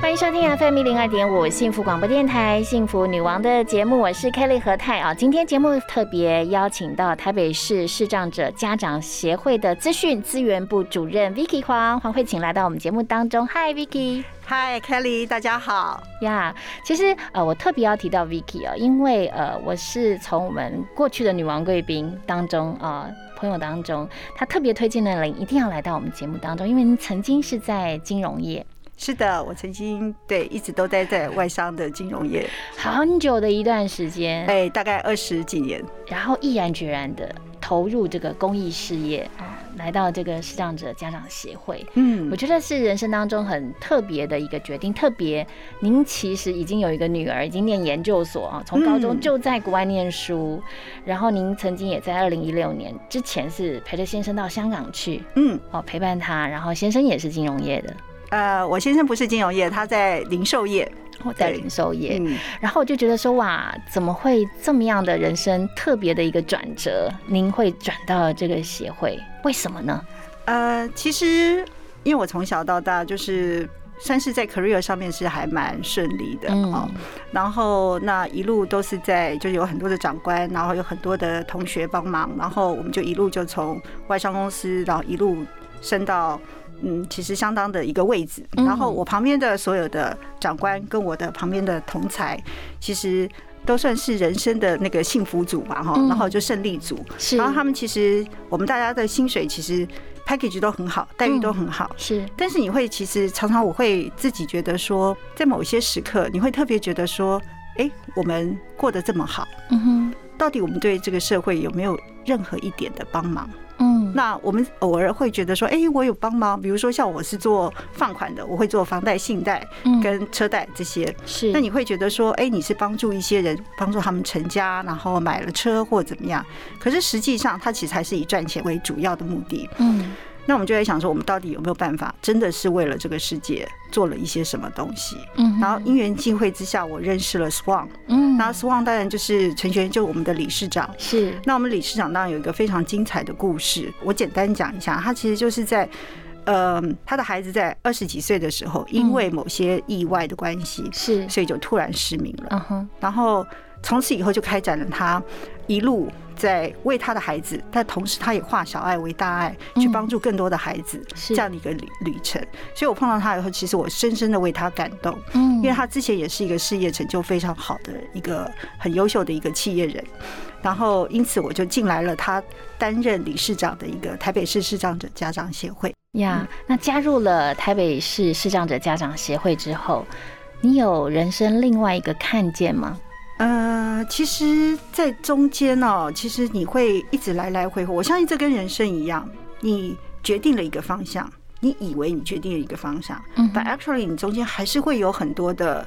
欢迎收听 FM 一零二点五幸福广播电台《幸福女王》的节目，我是 Kelly 何泰啊。今天节目特别邀请到台北市视障者家长协会的资讯资源部主任 Vicky 黄黄慧琴来到我们节目当中。嗨，Vicky。嗨，Kelly，大家好。呀、其实呃，我特别要提到 Vicky 哦，因为呃，我是从我们过去的女王贵宾当中啊、呃朋友当中，她特别推荐了你一定要来到我们节目当中，因为你曾经是在金融业是的，我曾经对一直都待在外商的金融业，很久的一段时间，哎，大概二十几年。然后毅然决然的投入这个公益事业啊、来到这个视障者家长协会。嗯我，觉得是人生当中很特别的一个决定，特别您其实已经有一个女儿，已经念研究所啊，从高中嗯就在国外念书，然后您曾经也在二零一六年之前是陪着先生到香港去嗯，哦陪伴他，然后先生也是金融业的，呃，我先生不是金融业，他在零售业。我哦在零售业，嗯，然后我就觉得说哇，怎么会这么样的人生特别的一个转折？您会转到这个协会，为什么呢？呃，其实因为我从小到大就是算是在 career 上面是还蛮顺利的嗯哦。然后那一路都是在，就是有很多的长官，然后有很多的同学帮忙，然后我们就一路就从外商公司，然后一路升到。嗯，其实相当的一个位置。嗯然后我旁边的所有的长官跟我的旁边的同才，其实都算是人生的那个幸福组嘛，哈、嗯然后就胜利组。是然后他们其实我们大家的薪水其实 package 都很好，待遇都很好。是但是你会其实常常我会自己觉得说，在某些时刻，你会特别觉得说，哎，我们过得这么好，嗯哼到底我们对这个社会有没有任何一点的帮忙？嗯那我们偶尔会觉得说，哎，我有帮忙，比如说像我是做放款的，我会做房贷、信贷嗯跟车贷这些。是那你会觉得说，哎，你是帮助一些人，帮助他们成家，然后买了车或怎么样？可是实际上，它其实还是以赚钱为主要的目的。嗯那我们就在想说，我们到底有没有办法，真的是为了这个世界做了一些什么东西？嗯然后因缘际会之下，我认识了 Swan，嗯那 Swan 当然就是陈璇，就是我们的理事长。是那我们理事长当然有一个非常精彩的故事，我简单讲一下，他其实就是在。呃，他的孩子在二十几岁的时候，因为某些意外的关系，是所以就突然失明了。嗯哼然后从此以后就开展了他一路在为他的孩子，但同时他也化小爱为大爱，嗯去帮助更多的孩子、是这样的一个旅旅程。所以我碰到他以后，其实我深深的为他感动，嗯因为他之前也是一个事业成就非常好的一个很优秀的一个企业人。然后，因此我就进来了他担任理事长的一个台北市视障者家长协会。呀那加入了台北市视障者家长协会之后，你有人生另外一个看见吗？呃，其实，在中间哦，其实你会一直来来回回。我相信这跟人生一样，你决定了一个方向，你以为你决定了一个方向，嗯但 actually 你中间还是会有很多的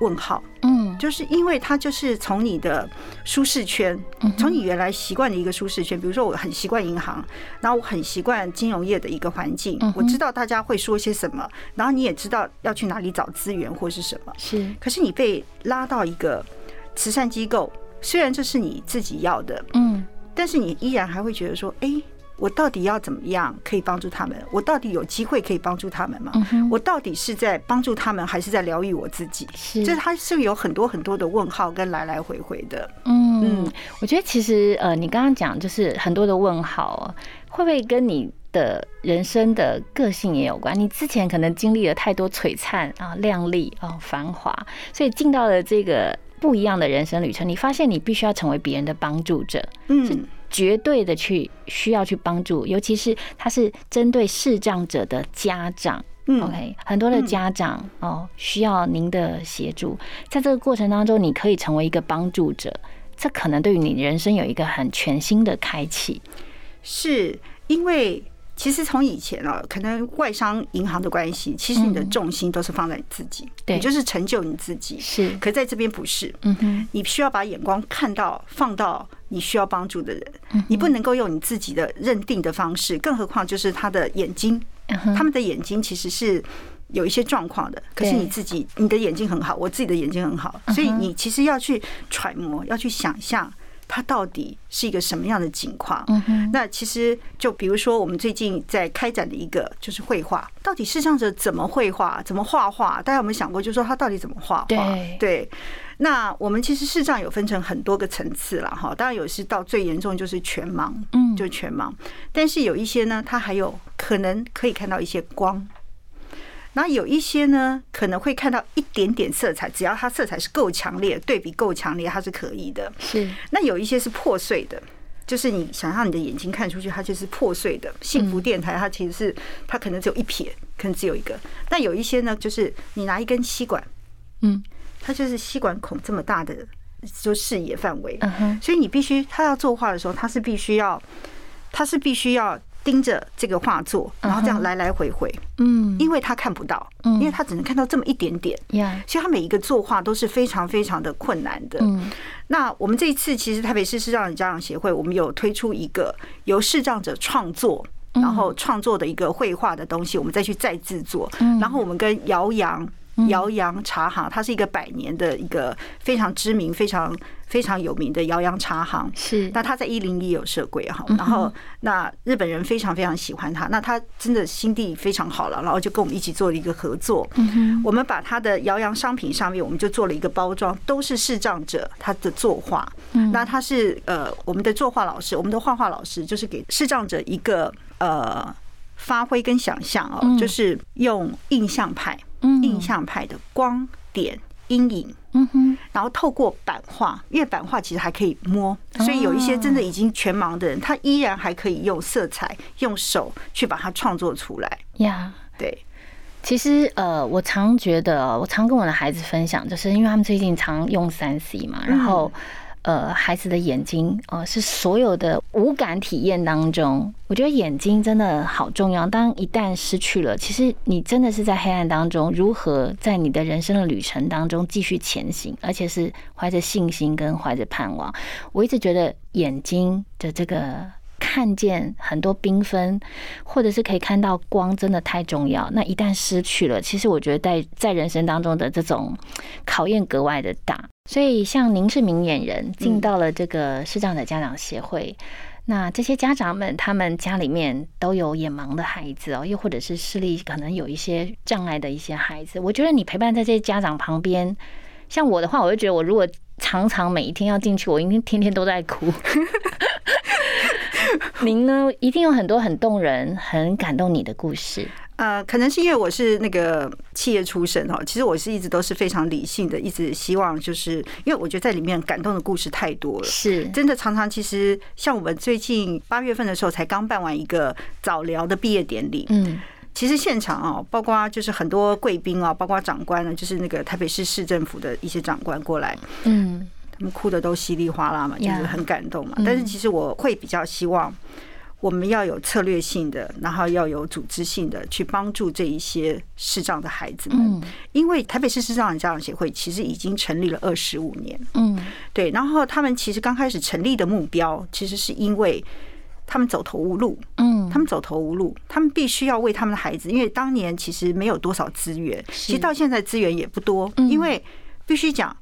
问号，嗯就是因为它就是从你的舒适圈，嗯从你原来习惯的一个舒适圈，比如说我很习惯银行，然后我很习惯金融业的一个环境嗯，我哼知道大家会说些什么，然后你也知道要去哪里找资源或是什么。是可是你被拉到一个慈善机构，虽然这是你自己要的，嗯但是你依然还会觉得说，哎、我到底要怎么样可以帮助他们？我到底有机会可以帮助他们吗？嗯哼我到底是在帮助他们，还是在疗愈我自己？是这它是有很多很多的问号跟来来回回的。嗯嗯，我觉得其实呃，你刚刚讲就是很多的问号哦，会不会跟你的人生的个性也有关？你之前可能经历了太多璀璨啊、亮丽啊、繁华，所以进到了这个不一样的人生旅程，你发现你必须要成为别人的帮助者，嗯，绝对的去需要去帮助，尤其是他是针对视障者的家长。嗯 OK，很多的家长、哦需要您的协助，在这个过程当中，你可以成为一个帮助者，这可能对于你人生有一个很全新的开启。是因为其实从以前啊，可能外商银行的关系，其实你的嗯重心都是放在你自己，对你就是成就你自己。是，可在这边不是，嗯哼，你需要把眼光看到放到你需要帮助的人，嗯你不能够用你自己的认定的方式，更何况就是他的眼睛，嗯哼他们的眼睛其实是。有一些状况的，可对嗯是你自己，你的眼睛很好，我自己的眼睛很好，所以你其实要去揣摩，要去想象它到底是一个什么样的情况。嗯那其实就比如说，我们最近在开展的一个就是绘画，到底视障者怎么绘画，怎么画画？大家有没有想过，就是说他到底怎么画画对？对，那我们其实视障有分成很多个层次了哈，当然有是到最严重就是全盲，嗯就全盲。但是有一些呢，他还有可能可以看到一些光，然后有一些呢可能会看到一点点色彩，只要它色彩是够强烈，对比够强烈，它是可以的。是，那有一些是破碎的，就是你想让你的眼睛看出去，它就是破碎的。幸福电台它其实是它可能只有一撇，可能只有一个。但有一些呢，就是你拿一根吸管，嗯，它就是吸管孔这么大的就视野范围，嗯哼，所以你必须他要作画的时候，他是必须要，他是必须要盯着这个画作，然后这样来来回回，嗯因为他看不到，嗯因为他只能看到这么一点点。呀，所以他每一个作画都是非常非常的困难的。嗯，那我们这一次其实台北市视障人家长协会，我们有推出一个由视障者创作。然后创作的一个绘画的东西，我们再去再制作。然后我们跟姚洋、姚洋茶行，它是一个百年的一个非常知名、非常非常有名的姚洋茶行。是，那他在一零一有设柜哈，然后那日本人非常非常喜欢他，那他真的心地非常好了，然后就跟我们一起做了一个合作。我们把他的摇洋商品上面，我们就做了一个包装，都是视障者他的作画。那他是呃，我们的作画老师，我们的画画老师，就是给视障者一个呃发挥跟想象哦，就是用印象派，印象派的光点阴影。嗯哼，然后透过版画，因为版画其实还可以摸，所以有一些真的已经全盲的人，他依然还可以用色彩、用手去把它创作出来。呀。对，其实，呃，我常觉得哦，我常跟我的孩子分享，就是因为他们最近常用三 C 嘛，然后，呃，孩子的眼睛，呃，是所有的无感体验当中，我觉得眼睛真的好重要。当一旦失去了，其实你真的是在黑暗当中，如何在你的人生的旅程当中继续前行，而且是怀着信心跟怀着盼望。我一直觉得眼睛的这个看见很多缤纷，或者是可以看到光，真的太重要。那一旦失去了，其实我觉得在在人生当中的这种考验格外的大。所以，像您是明眼人，进到了这个视障者家长协会。那这些家长们，他们家里面都有眼盲的孩子哦，又或者是视力可能有一些障碍的一些孩子，我觉得你陪伴在这些家长旁边，像我的话，我就觉得我如果常常每一天要进去，我一定天天都在哭。您呢，一定有很多很动人、很感动你的故事。呃，可能是因为我是那个企业出身哦，其实我是一直都是非常理性的，一直希望就是因为我觉得在里面感动的故事太多了。是真的常常其实像我们最近八月份的时候才刚办完一个早疗的毕业典礼，嗯，其实现场啊，包括就是很多贵宾啊，包括长官呢，就是那个台北市市政府的一些长官过来，嗯，他们哭的都稀里哗啦嘛，就是 Yeah 嗯很感动嘛。但是其实我会比较希望。我们要有策略性的，然后要有组织性的去帮助这一些视障的孩子嗯们，因为台北市视障人家长协会其实已经成立了二十五年，嗯，对，然后他们其实刚开始成立的目标，其实是因为他们走投无路，嗯，他们走投无路，他们必须要为他们的孩子，因为当年其实没有多少资源，其实到现在资源也不多，嗯因为必须讲。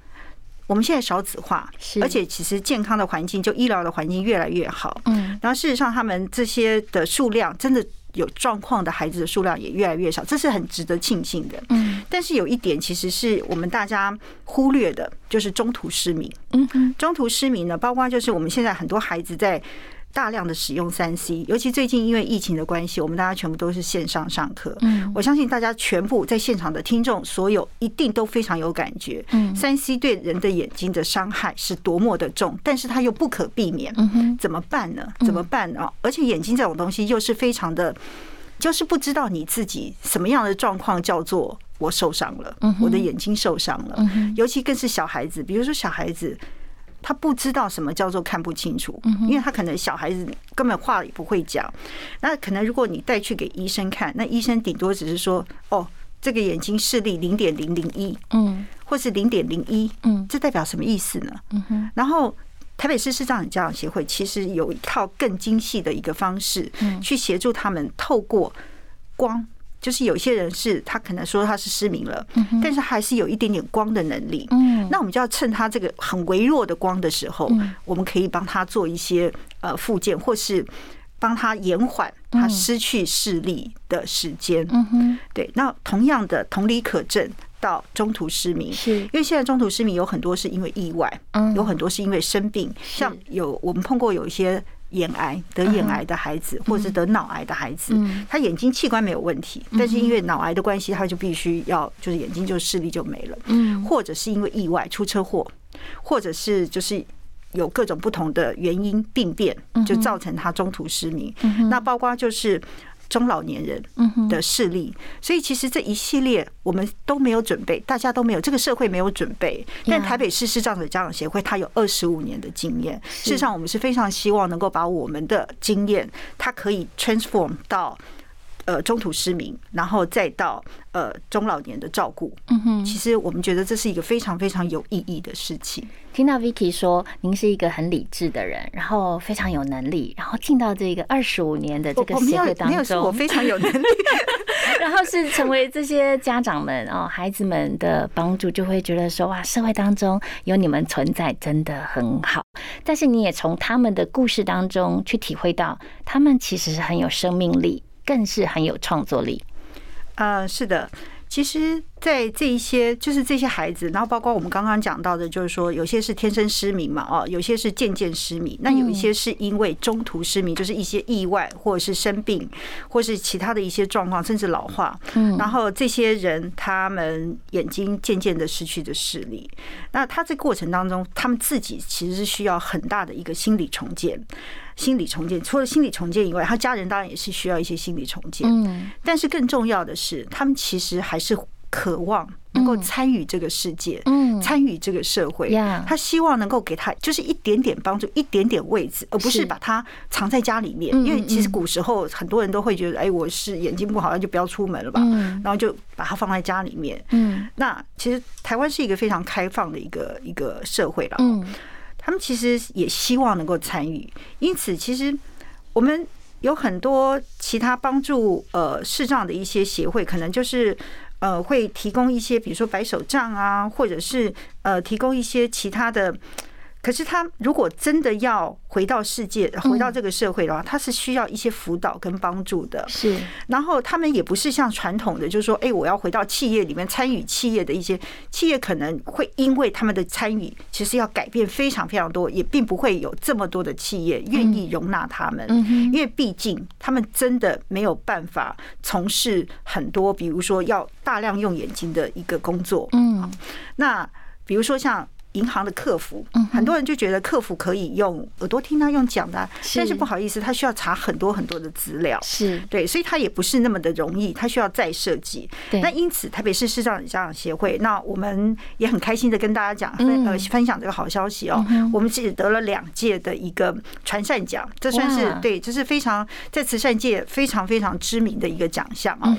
我们现在少子化是，而且其实健康的环境，就医疗的环境越来越好。嗯，然后事实上，他们这些的数量，真的有状况的孩子的数量也越来越少，这是很值得庆幸的。嗯，但是有一点其实是我们大家忽略的，就是中途失明。嗯，中途失明呢，包括就是我们现在很多孩子在。大量的使用三 C，尤其最近因为疫情的关系，我们大家全部都是线上上课。嗯，我相信大家全部在现场的听众，所有一定都非常有感觉。嗯，三 C 对人的眼睛的伤害是多么的重，但是它又不可避免。嗯哼，嗯怎么办呢？怎么办呢？而且眼睛这种东西又是非常的，就是不知道你自己什么样的状况叫做我嗯受伤了，我的眼睛受伤了。尤其更是小孩子，比如说小孩子。他不知道什么叫做看不清楚，嗯因为他可能小孩子根本话也不会讲。那可能如果你带去给医生看，那医生顶多只是说哦。这个眼睛视力零点零零一，嗯或是零点零一，嗯这代表什么意思呢？嗯哼，然后台北市视障人家长协会其实有一套更精细的一个方式，嗯去协助他们透过光。就是有些人是他可能说他是失明了，但是还是有一点点光的能力。嗯那我们就要趁他这个很微弱的光的时候，我们可以帮他做一些呃附件，或是帮他延缓他失去视力的时间。嗯哼，对，那同样的，同理可证到中途失明，是因为现在中途失明有很多是因为意外，嗯有很多是因为生病，像有我们碰过有一些眼癌得眼癌的孩嗯子，或者是得脑癌的孩子，他眼睛器官没有问题，嗯但是因为脑癌的关系，他就必须要就是眼睛就视力就没了，嗯或者是因为意外出车祸，或者是就是。有各种不同的原因病变，嗯就造成他中途失明。那包括就是中老年人，嗯哼，的势力，所以其实这一系列我们都没有准备，大家都没有，这个社会没有准备。但台北市视障者家长协会，它有二十五年的经验。事实上，我们是非常希望能够把我们的经验，它可以 transform 到呃中途失明，然后再到呃中老年的照顾。嗯哼。其实我们觉得这是一个非常非常有意义的事情。听到 Vicky 说您是一个很理智的人，然后非常有能力，然后进到这个二十五年的这我个我没协有会当没有说我中，非常有能力， 然后是成为这些家长们哦孩子们的帮助，就会觉得说哇，社会当中有你们存在真的很好。但是你也从他们的故事当中去体会到，他们其实是很有生命力，更是很有创作力。呃，是的，其实，在这一些就是这些孩子，然后包括我们刚刚讲到的，就是说有些是天生失明嘛，哦，有些是渐渐失明，那有一些是因为中途失明，就是一些意外或者是生病，或是其他的一些状况，甚至老化。嗯然后这些人他们眼睛渐渐的失去的视力，那他这过程当中，他们自己其实是需要很大的一个心理重建。心理重建，除了心理重建以外，他家人当然也是需要一些心理重建。嗯但是更重要的是，他们其实还是渴望能够参与这个世界，嗯参与这个社会。呀他希望能够给他就是一点点帮助，一点点位置，而不是是把他藏在家里面。嗯嗯因为其实古时候很多人都会觉得，哎，我是眼睛不好，那就不要出门了吧，嗯然后就把它放在家里面。嗯那其实台湾是一个非常开放的一个一个社会了，嗯他们其实也希望能够参与，因此其实我们有很多其他帮助呃视障的一些协会，可能就是呃会提供一些，比如说白手杖啊，或者是呃提供一些其他的。可是他如果真的要回到世界、回到这个社会的话，他是需要一些辅导跟帮助的。是然后他们也不是像传统的，就是说，哎，我要回到企业里面参与企业的一些企业，可能会因为他们的参与，其实要改变非常非常多，也并不会有这么多的企业愿意容纳他们，嗯因为毕竟他们真的没有办法从事很多，比如说要大量用眼睛的一个工作，嗯那比如说像。银行的客服，嗯很多人就觉得客服可以用耳朵听他用讲的啊，是但是不好意思，他需要查很多很多的资料。是对，所以它也不是那么的容易，它需要再设计。对那因此，台北市市长家长协会，那我们也很开心的跟大家讲嗯分呃分享这个好消息哦，我们只得了两届的一个传善奖，这算是哇对，这是非常在慈善界非常非常知名的一个奖项哦，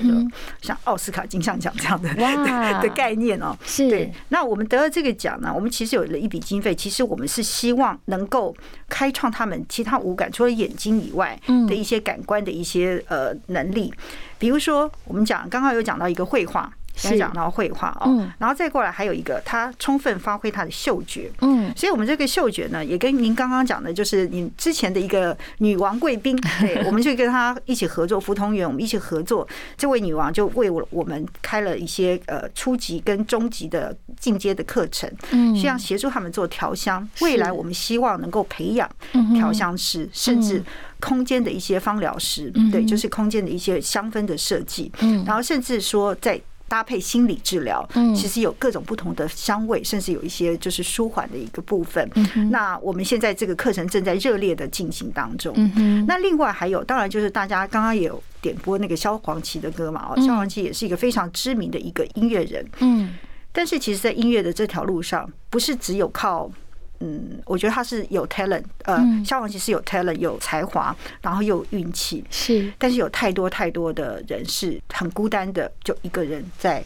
就像奥斯卡金像奖这样的嗯哇 的概念哦。是对，那我们得了这个奖呢，我们其实有了一笔经费，其实我们是希望能够开创他们其他五感，除了眼睛以外嗯的一些感官的一些呃能力，比如说我们讲刚刚有讲到一个绘画。是刚讲到绘画哦嗯，然后再过来还有一个，他充分发挥他的嗅觉，嗯所以我们这个嗅觉呢，也跟您刚刚讲的，就是您之前的一个女王 贵宾，对，我们就跟她一起合作，福同园，我们一起合作，这位女王就为我我们开了一些呃初级跟中级的进阶的课程，嗯这样协助他们做调香。未来我们希望能够培养嗯哼调香师，甚至空间的一些芳疗师，对，就是空间的一些香氛的设计，嗯然后甚至说在。搭配心理治疗，嗯其实有各种不同的香味，甚至有一些就是舒缓的一个部分。嗯那我们现在这个课程正在热烈的进行当中。嗯哼那另外还有，当然就是大家刚刚也有点播那个萧煌奇的歌嘛，哦，萧煌奇也是一个非常知名的一个音乐人。嗯但是其实，在音乐的这条路上，不是只有靠嗯，我觉得他是有 talent，呃，嗯萧煌奇是有 talent，有才华，然后又有运气，是但是有太多太多的人是很孤单的，就一个人在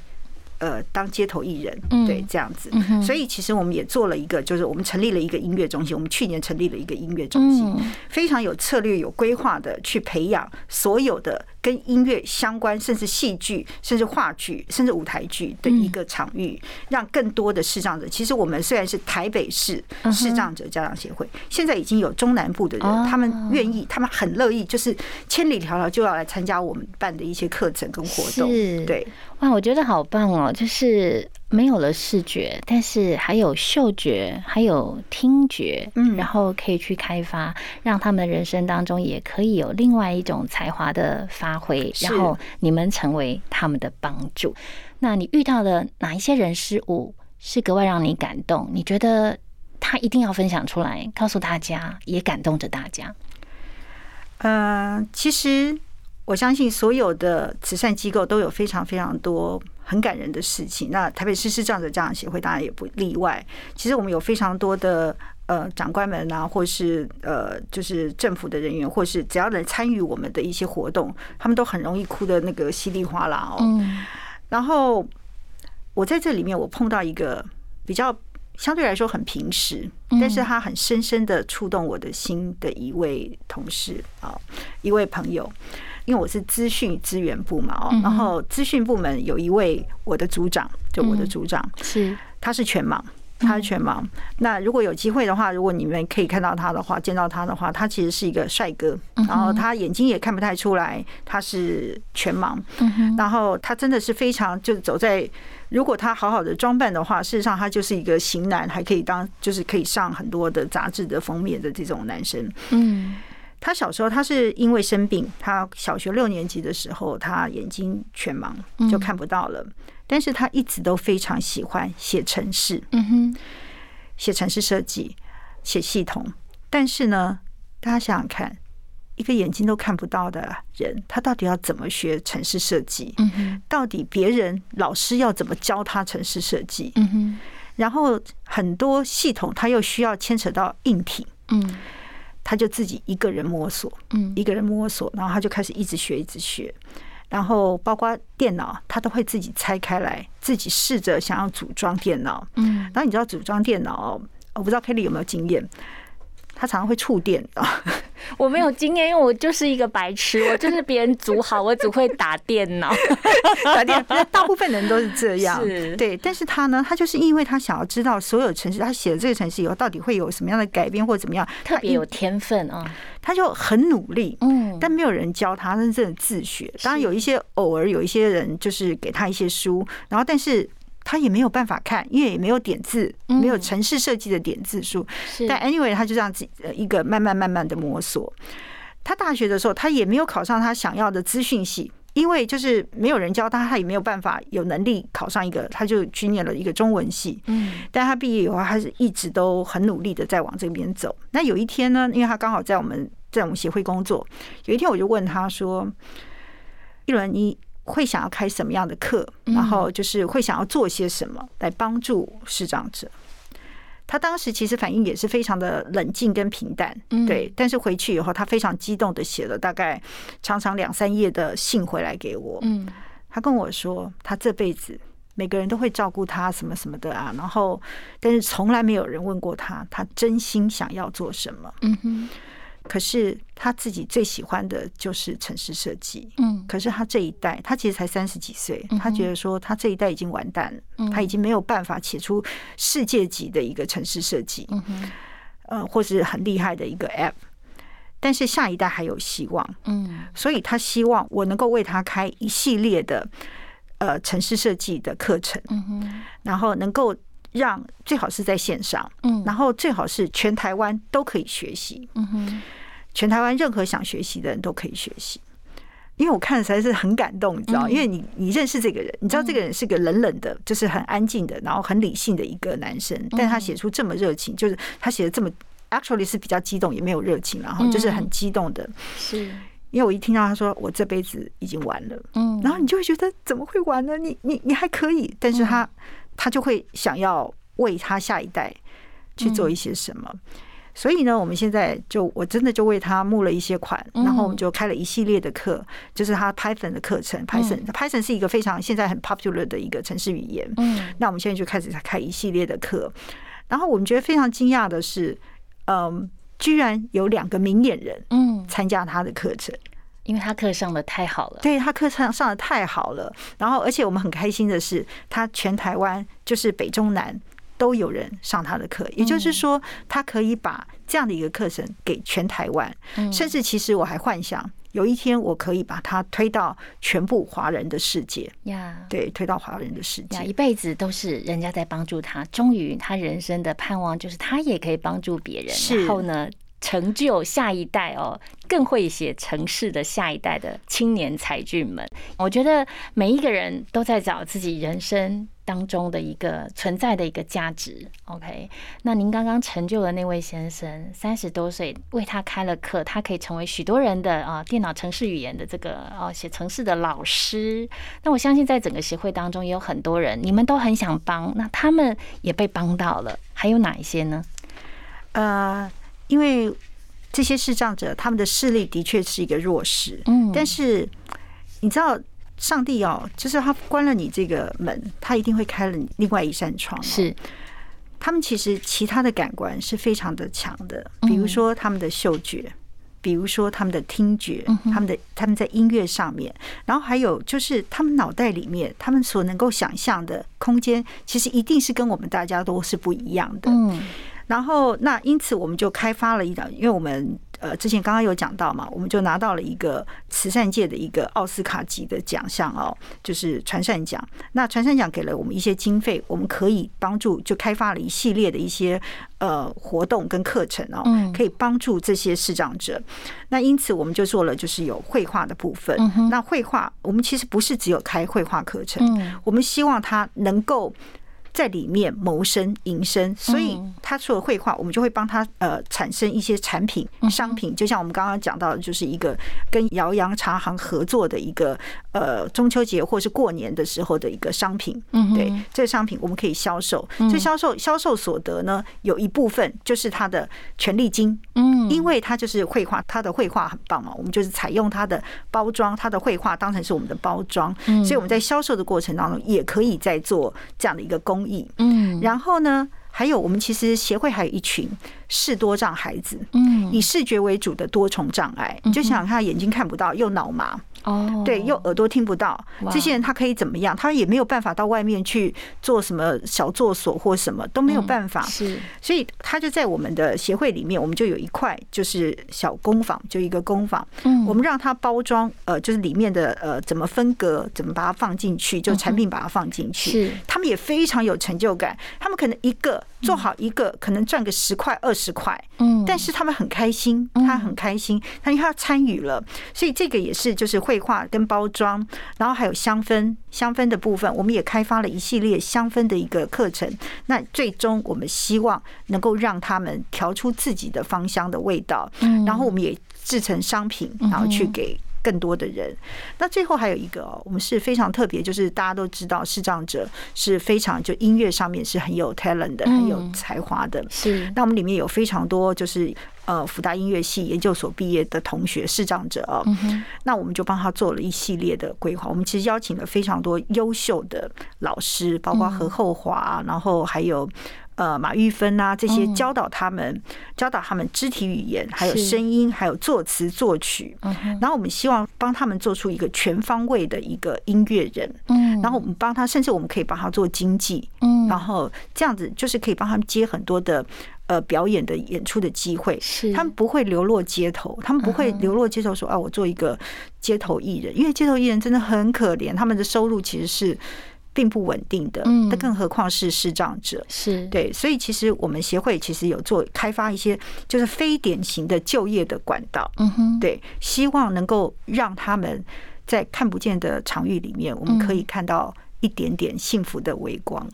呃当街头艺人，嗯对，这样子。嗯哼所以其实我们也做了一个，就是我们成立了一个音乐中心，我们去年成立了一个音乐中心，嗯非常有策略、有规划的去培养所有的跟音乐相关，甚至戏剧、甚至话剧、甚至舞台剧的一个场域，嗯让更多的视障者。其实我们虽然是台北市嗯哼视障者家长协会，现在已经有中南部的哦人，他们愿意，他们很乐意，就是千里迢迢就要来参加我们办的一些课程跟活动。是对，哇，我觉得好棒哦！就是没有了视觉，但是还有嗅觉，还有听觉，嗯然后可以去开发，让他们人生当中也可以有另外一种才华的发挥，是然后你们成为他们的帮助。那你遇到了哪一些人事物是格外让你感动？你觉得他一定要分享出来，告诉大家，也感动着大家。呃，其实我相信所有的慈善机构都有非常非常多很感人的事情。那台北市视障者家长协会当然也不例外。其实我们有非常多的呃长官们啊，或是呃就是政府的人员，或是只要能参与我们的一些活动，他们都很容易哭的那个稀里哗啦哦。嗯然后我在这里面，我碰到一个比较相对来说很平实，但是他很深深的触动我的心的一位同事啊、一位朋友。因为我是资讯资源部嘛，哦嗯哼，然后资讯部门有一位我的组长，就我的组长，是他是全盲，他是全嗯盲。那如果有机会的话，如果你们可以看到他的话，见到他的话，他其实是一个帅哥，嗯然后他眼睛也看不太出来他是全盲，嗯然后他真的是非常就是走在。如果他好好的装扮的话，事实上他就是一个型男，还可以当就是可以上很多的杂志的封面的这种男生。嗯他小时候他是因为生病，他小学六年级的时候他眼睛全盲，就看不到了。但是他一直都非常喜欢写程式，嗯哼写城市设计，写系统。但是呢，大家想想看，一个眼睛都看不到的人，他到底要怎么学城市设计？嗯哼到底别人老师要怎么教他城市设计？嗯哼然后很多系统，他又需要牵扯到硬体，嗯他就自己一个人摸索，嗯一个人摸索，然后他就开始一直学，一直学。然后包括电脑，他都会自己拆开来，自己试着想要组装电脑。嗯，然后你知道组装电脑哦，我不知道 Kelly 有没有经验，他常常会触电的。我没有经验，因为我就是一个白痴，我就是别人组好，我只会打电 脑。 打电，大部分人都是这样是，对。但是他呢，他就是因为他想要知道所有城市，他写了这个城市以后到底会有什么样的改变或怎么样，特别有他一天分啊，他就很努力。嗯，但没有人教他，他是真的自学。当然有一些偶尔有一些人就是给他一些书，然后但是他也没有办法看，因为也没有点字，没有城市设计的点字书，是但 anyway，他就这样子呃一个慢慢慢慢的摸索。他大学的时候，他也没有考上他想要的资讯系，因为就是没有人教他，他也没有办法有能力考上一个，他就去念了一个中文系。嗯但他毕业以后，他是一直都很努力的在往这边走。那有一天呢，因为他刚好在我们在我们协会工作，有一天我就问他说：“一轮，你会想要开什么样的课？然后就是会想要做些什么来帮助视障者？”他当时其实反应也是非常的冷静跟平淡，嗯对。但是回去以后，他非常激动的写了大概长长两三页的信回来给我，嗯他跟我说，他这辈子每个人都会照顾他什么什么的啊，然后但是从来没有人问过他，他真心想要做什么。嗯哼可是他自己最喜欢的就是城市设计。嗯可是他这一代，他其实才三十几岁嗯哼，他觉得说他这一代已经完蛋了嗯，他已经没有办法写出世界级的一个城市设计，嗯哼呃，或是很厉害的一个 app。但是下一代还有希望，嗯所以他希望我能够为他开一系列的呃城市设计的课程，嗯哼然后能够让最好是在线上，嗯然后最好是全台湾都可以学习，嗯哼全台湾任何想学习的人都可以学习。因为我看了实在是很感动，你知道，因为你你认识这个人，你知道这个人是个冷冷的，就是很安静的，然后很理性的一个男生，但他写出这么热情，就是他写的这么，actually 是比较激动，也没有热情，然后就是很激动的。是因为我一听到他说我这辈子已经完了，嗯然后你就会觉得怎么会完呢？你你你还可以，但是他他就会想要为他下一代去做一些什么。所以呢，我们现在就我真的就为他募了一些款，然后我们就开了一系列的课，就是他 Python 的课程。Python Python 是一个非常现在很 popular 的一个城市语言。嗯那我们现在就开始开一系列的课，然后我们觉得非常惊讶的是，嗯，居然有两个明眼人嗯，参加他的课程。因为他课上的太好了，对他课上上的太好了，然后而且我们很开心的是，他全台湾就是北中南都有人上他的课，也嗯就是说，他可以把这样的一个课程给全台湾，嗯甚至其实我还幻想有一天我可以把它推到全部华人的世界，呀对，推到华人的世呀，一界，辈子都是人家在帮助他，终于他人生的盼望就是他也可以帮助别人，是然后呢，成就下一代哦，更会写城市的下一代的青年才俊们。我觉得每一个人都在找自己人生。当中的一个存在的一个价值，OK。那您刚刚成就的那位先生，三十多岁，为他开了课，他可以成为许多人的啊、呃电脑程式语言的这个哦写程式的老师。那我相信在整个协会当中也有很多人，你们都很想帮，那他们也被帮到了。还有哪一些呢？呃，因为这些视障者他们的视力的确是一个弱势，嗯但是你知道，上帝哦，就是他关了你这个门，他一定会开了你另外一扇窗、，哦是他们其实其他的感官是非常的强的，嗯比如说他们的嗅觉。比如说他们的听觉，嗯他们的他们在音乐上面，然后还有就是他们脑袋里面，他们所能够想象的空间，其实一定是跟我们大家都是不一样的。嗯然后那因此我们就开发了一档，因为我们呃之前刚刚有讲到嘛，我们就拿到了一个慈善界的一个奥斯卡级的奖项哦，就是传善奖。那传善奖给了我们一些经费，我们可以帮助就开发了一系列的一些呃活动跟课程哦嗯，可以帮助这些视障者。那因此我们就做了就是有绘画的部分。嗯哼那绘画我们其实不是只有开绘画课程，嗯我们希望他能够在里面谋生营嗯生，所以他除了绘画，我们就会帮他呃产生一些产品、商品，就像我们刚刚讲到的，就是一个跟姚洋茶行合作的一个呃中秋节或是过年的时候的一个商品，嗯哼嗯对，这个商品我们可以销售，这销售销售所得呢，有一部分就是他的权利金，嗯因为它就是绘画，它的绘画很棒嘛，我们就是采用它的包装，它的绘画当成是我们的包装，嗯所以我们在销售的过程当中也可以在做这样的一个公益。嗯然后呢，还有我们其实协会还有一群视多障孩子，嗯以视觉为主的多重障碍，你就想想看，眼睛看不到，又脑麻，哦对，又耳朵听不到，哇这些人他可以怎么样？他也没有办法到外面去做什么小作所或什么，都没有办法。嗯是所以他就在我们的协会里面，我们就有一块就是小工坊，就一个工坊，嗯我们让它包装，呃，就是里面的呃怎么分隔，怎么把它放进去，就产品把它放进去。嗯是他们也非常有成就感，他们可能一个做好一个，可能赚个十块二十块，嗯但是他们很开心，他很开心，他因为他参与了，所以这个也是就是绘画跟包装，然后还有香氛，香氛的部分我们也开发了一系列香氛的一个课程。那最终我们希望能够让他们调出自己的芳香的味道，嗯然后我们也制成商品，然后去给。更多的人，那最后还有一个哦，我们是非常特别，就是大家都知道视障者是非常就音乐上面是很有 talent 的，很有嗯才华的。是那我们里面有非常多就是呃福大音乐系研究所毕业的同学视障者哦，那我们就帮他做了一系列的规划。我们其实邀请了非常多优秀的老师，包括何厚华，啊然后还有。呃，马玉芬啊，这些教导他们，教导他们肢体语言，还有是声音，还有作词作曲。然后我们希望帮他们做出一个全方位的一个音乐人。嗯然后我们帮他，甚至我们可以帮他做经济，嗯然后这样子就是可以帮他们接很多的呃表演的演出的机会。是嗯他们不会流落街头，他们不会流落街头说、啊，我做一个街头艺人，因为街头艺人真的很可怜，他们的收入其实是并不稳定的，嗯那更何况是视障者。是对，所以其实我们协会其实有做开发一些就是非典型的就业的管道，嗯哼对，希望能够让他们在看不见的场域里面，我们可嗯以看到一点点幸福的微光。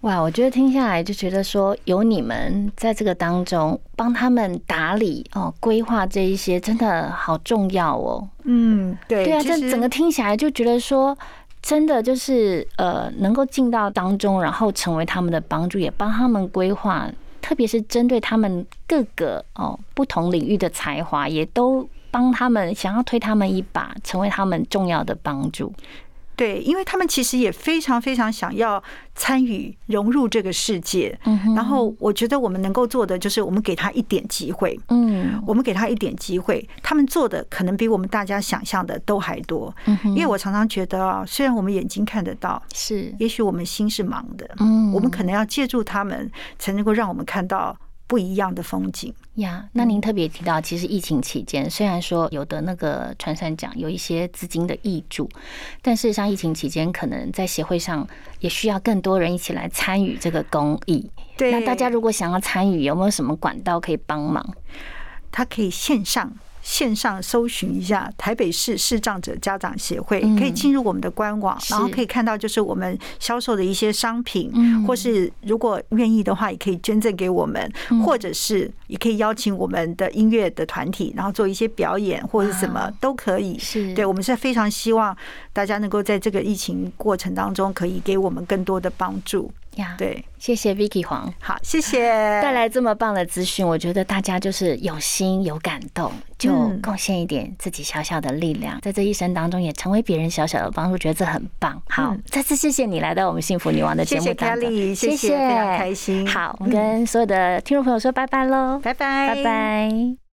哇，我觉得听下来就觉得说，有你们在这个当中帮他们打理哦，规划这一些真的好重要哦。嗯，对对啊，其这实整个听起来就觉得说，真的就是呃，能够进到当中，然后成为他们的帮助，也帮他们规划。特别是针对他们各个哦不同领域的才华，也都帮他们想要推他们一把，成为他们重要的帮助。对，因为他们其实也非常非常想要参与融入这个世界，嗯然后我觉得我们能够做的就是我们给他一点机会，嗯我们给他一点机会，他们做的可能比我们大家想象的都还多。嗯哼因为我常常觉得啊，虽然我们眼睛看得到，是也许我们心是盲的，嗯我们可能要借助他们，才能够让我们看到不一样的风景。呀，那嗯您特别提到，其实疫情期间，虽然说有的那个传散奖有一些资金的益助，但事实上疫情期间，可能在协会上也需要更多人一起来参与这个公益。对，那大家如果想要参与，有没有什么管道可以帮忙？他可以线上。线上搜寻一下台北市视障者家长协会，嗯可以进入我们的官网，是然后可以看到就是我们销售的一些商品，嗯或是如果愿意的话，也可以捐赠给我们，嗯或者是也可以邀请我们的音乐的团体，然后做一些表演或者是什么哇都可以。啊是对，我们是非常希望大家能够在这个疫情过程当中，可以给我们更多的帮助。呀，，对，谢谢 Vicky 黄。好，谢谢，带来这么棒的资讯，我觉得大家就是有心有感动，就嗯贡献一点自己小小的力量，在这一生当中也成为别人小小的帮助，觉得这很棒。好，嗯再次谢谢你来到我们幸福女王的节谢目谢当中， Kelly，谢谢，非常开心。好，我嗯们跟所有的听众朋友说拜拜喽，拜拜，拜拜